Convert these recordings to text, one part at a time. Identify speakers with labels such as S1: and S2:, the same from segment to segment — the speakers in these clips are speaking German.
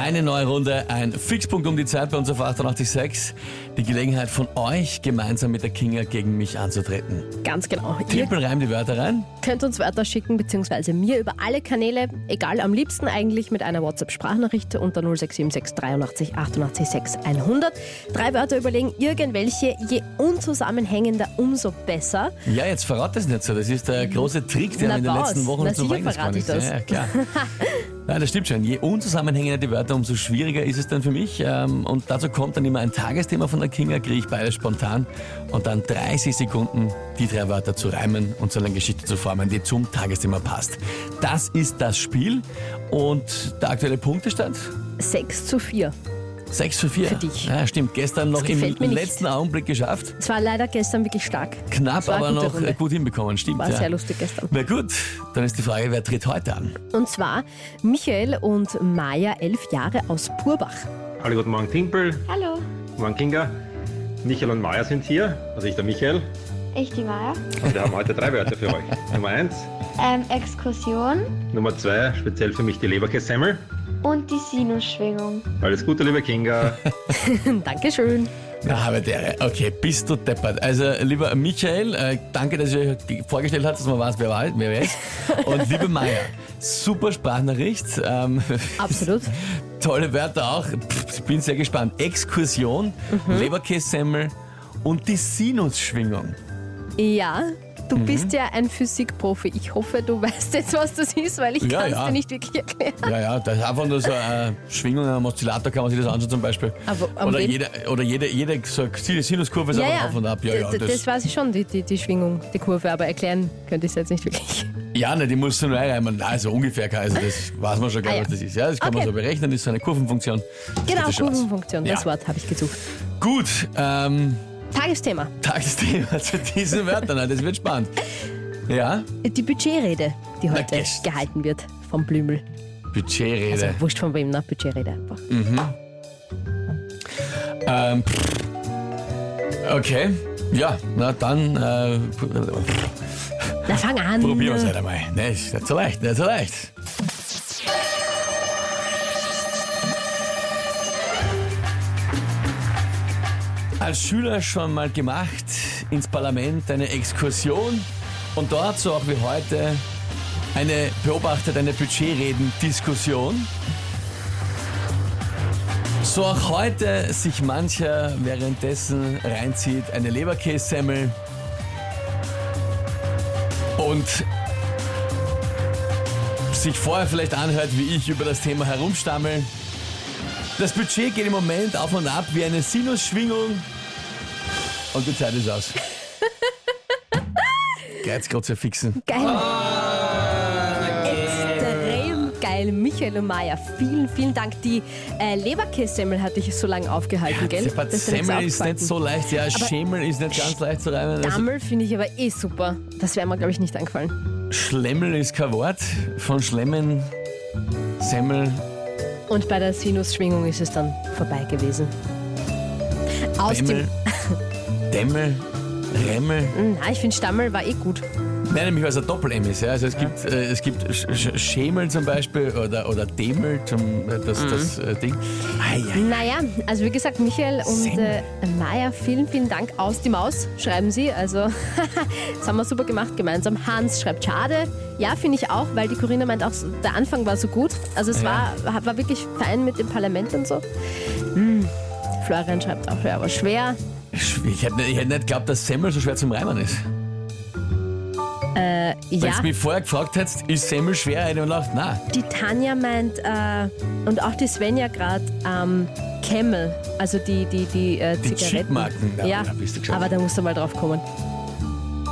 S1: Eine neue Runde, ein Fixpunkt um die Zeit bei uns auf 886. Die Gelegenheit von euch, gemeinsam mit der Kinga gegen mich anzutreten.
S2: Ganz genau. Ihr
S1: Tippel reimt die Wörter rein.
S2: könnt uns Wörter schicken, beziehungsweise mir über alle Kanäle, egal am liebsten eigentlich mit einer WhatsApp-Sprachnachricht unter 0676 83 88 6 100. Drei Wörter überlegen, irgendwelche, je unzusammenhängender, umso besser.
S1: Ja, jetzt verrat das nicht so. Das ist der große Trick, der
S2: Na
S1: in den
S2: was?
S1: letzten Wochen
S2: Na
S1: zum
S2: sicher
S1: Verhängnis
S2: verrate
S1: geworden
S2: ich
S1: ist. Ja, ja, klar. Nein, das stimmt schon. Je unzusammenhängender die Wörter, umso schwieriger ist es dann für mich. Ähm, Und dazu kommt dann immer ein Tagesthema von der Kinga, kriege ich beides spontan und dann 30 Sekunden, die drei Wörter zu reimen und so eine Geschichte zu formen, die zum Tagesthema passt. Das ist das Spiel und der aktuelle Punktestand
S2: 6 zu 4.
S1: 6 zu 4.
S2: Für dich.
S1: Ja, stimmt. Gestern noch im
S2: gefällt mir nicht.
S1: letzten Augenblick geschafft.
S2: Es war leider gestern wirklich stark. Es
S1: Knapp,
S2: war eine
S1: aber
S2: gute
S1: noch äh,
S2: Runde.
S1: gut hinbekommen. Stimmt,
S2: War
S1: ja.
S2: sehr lustig gestern.
S1: Na gut, dann ist die Frage, wer tritt heute an?
S2: Und zwar Michael und Maja, elf Jahre aus Purbach.
S3: Hallo, guten Morgen, Timpel.
S4: Hallo,
S3: Morgen, Kinga. Michael und Maya sind hier. Also ich der Michael.
S4: ich die Maya.
S3: Und wir haben heute drei Wörter für euch. Nummer eins,
S4: Ähm, Exkursion
S3: Nummer zwei, speziell für mich die Leberkässemmel.
S4: und die Sinusschwingung.
S3: Alles Gute, liebe Kinga.
S2: Dankeschön.
S1: Na, habe der. Okay, bist du deppert. Also, lieber Michael, äh, danke, dass ihr euch vorgestellt habt, dass man weiß, wer war, wer wer ist. Und liebe Maya, super Sprachnachricht. Ähm,
S2: Absolut.
S1: tolle Wörter auch. Pff, ich bin sehr gespannt. Exkursion,
S2: Mhm.
S1: Leberkässemmel und die Sinusschwingung.
S2: Ja, du
S1: Mhm.
S2: bist ja ein Physikprofi. Ich hoffe, du weißt jetzt, was das ist, weil ich
S1: Ja,
S2: kann es
S1: ja.
S2: dir nicht wirklich erklären.
S1: Ja, ja, das ist einfach nur so eine Schwingung am Oszillator, kann man sich das anschauen zum Beispiel.
S2: Aber am
S1: oder
S2: wen-
S1: jede, oder jede, jede so eine Sinuskurve ist einfach auf und ab. Ja, ja,
S2: D- d- das, weiß ich schon, die, die, die Schwingung, die Kurve, aber erklären könnte ich es jetzt nicht wirklich.
S1: Ja, ne, die musst du nur einreimen. Also ungefähr, kann- also das weiß man schon gar
S2: Ah,
S1: nicht,
S2: ja.
S1: was das ist. Ja, das kann man
S2: Okay.
S1: so berechnen, das ist so eine Kurvenfunktion. Das
S2: Genau,
S1: geht schon aus.
S2: Kurvenfunktion,
S1: Ja.
S2: das Wort habe ich gesucht.
S1: Gut, ähm,
S2: Tagesthema,
S1: Tagesthema zu diesen Wörtern, das wird spannend. Ja,
S2: die Budgetrede, die heute
S1: gestern.
S2: gehalten wird vom Blümel.
S1: Budgetrede.
S2: Also wurscht von wem, ne? Budgetrede einfach.
S1: Hm. Ähm, pff. okay, ja, na dann äh, pff,
S2: Na, fang an.
S1: probieren wir es halt einmal. Ne, ist nicht so leicht, nicht so leicht. als Schüler schon mal gemacht, ins Parlament eine Exkursion und dort, so auch wie heute, eine beobachtet eine Budgetreden-Diskussion. So auch heute sich mancher währenddessen reinzieht eine Leberkässemmel und sich vorher vielleicht anhört, wie ich über das Thema herumstammel. Das Budget geht im Moment auf und ab wie eine Sinusschwingung. Und die Zeit ist aus. Jetzt kurz hier fixen.
S2: Geil.
S1: Ah.
S2: Extrem geil, Michael und Maya. Vielen, vielen Dank. Die äh, Leberkässemmel hatte ich so lange aufgehalten, gell?
S1: Seppert,
S2: Das dir nichts
S1: Semmel ist
S2: aufgefallen.
S1: nicht so leicht. Ja, Schemel ist nicht ganz leicht zu reimen. Also
S2: Dammel finde ich aber eh super. Das wäre mir, glaube ich, nicht eingefallen.
S1: Schlemmel ist kein Wort. Von Schlemmen, Semmel.
S2: Und bei der Sinusschwingung ist es dann vorbei gewesen. Aus
S1: Dämmel, Dämmel, Remmel.
S2: dem. Na, ich finde Stammel war eh gut.
S1: Nein, nämlich weil es ein Doppel-M ist. Ja. Also es gibt, äh, es gibt Sch- Sch- Schemel zum Beispiel oder, oder Dämel, zum, äh, das, das
S2: Mhm.
S1: äh, Ding. Ei, ei,
S2: Naja, also wie gesagt, Michael und
S1: Semmel.
S2: äh, Maya, vielen, vielen Dank. Aus die Maus, schreiben Sie. Also, das haben wir super gemacht gemeinsam. Hans schreibt, schade. Ja, finde ich auch, weil die Corinna meint auch, der Anfang war so gut. Also, es
S1: Ja.
S2: war, war wirklich fein mit dem Parlament und so. Hm. Florian schreibt auch, ja, aber schwer.
S1: Ich hätte nicht, ich hätt nicht geglaubt, dass Semmel so schwer zum Reimen ist.
S2: Äh,
S1: Wenn
S2: ja.
S1: du mich vorher gefragt hättest, ist Semmel schwer, hätte ich mir gedacht, nein.
S2: Die Tanja meint äh, und auch die Svenja gerade ähm, Camel, also die, die, die, äh,
S1: Die
S2: Zigaretten.
S1: Chipmarken, na,
S2: ja,
S1: da bist du gescheit.
S2: aber da musst du mal drauf kommen.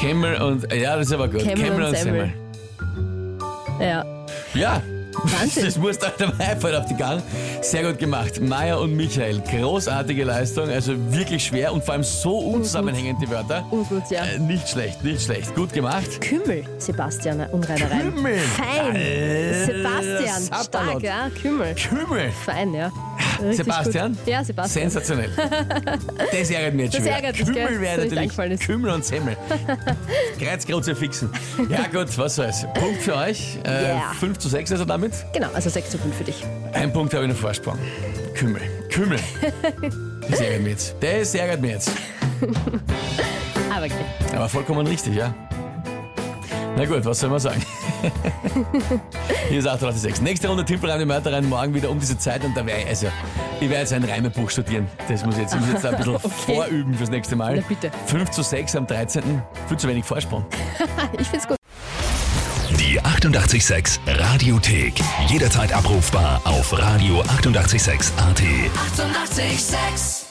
S1: Kemmel und, ja, das ist aber gut.
S2: Kemmel und Semmel. Ja,
S1: Ja.
S2: Wahnsinn.
S1: Das muss halt am Einfall auf die Gang. Sehr gut gemacht. Meier und Michael, großartige Leistung, also wirklich schwer und vor allem so
S2: Mhm.
S1: unzusammenhängend die Wörter.
S2: ungut, ja.
S1: Äh, nicht schlecht, nicht schlecht. Gut gemacht.
S2: Kümmel, Sebastian, äh, Unreinereien.
S1: Kümmel.
S2: Fein.
S1: Äh,
S2: Sebastian,
S1: Sapperlot.
S2: stark, ja, Kümmel.
S1: Kümmel.
S2: Fein, ja. Richtig
S1: Sebastian?
S2: Gut. Ja, Sebastian.
S1: Sensationell. Das ärgert mich jetzt
S2: Das
S1: schon wieder.
S2: ärgert dich,
S1: Kümmel
S2: gell?
S1: wäre
S2: So nicht eingefallen
S1: natürlich.
S2: ist.
S1: Kümmel und Semmel. Kreuzkreuze fixen. Ja gut, was soll's. Punkt für euch. Äh,
S2: Yeah.
S1: 5 zu 6 also damit.
S2: Genau, also 6 zu 5 für dich.
S1: Ein Punkt habe ich noch Vorsprung. Kümmel. Kümmel. Das ärgert mich jetzt. Das ärgert mich jetzt.
S2: Aber okay.
S1: Aber vollkommen richtig, ja. Na gut, was soll man sagen? Hier ist 886. Nächste Runde Timpelreim die Mörder rein, morgen wieder um diese Zeit und da wäre ich, also, ich werde jetzt ein Reimebuch studieren. Das muss ich jetzt, ich muss jetzt ein bisschen vorüben fürs nächste Mal.
S2: Na bitte.
S1: 5 zu 6 am 13. Viel zu wenig Vorsprung.
S2: Ich find's gut.
S5: Die 886 Radiothek. Jederzeit abrufbar auf radio886.at. 886! 886.
S6: 886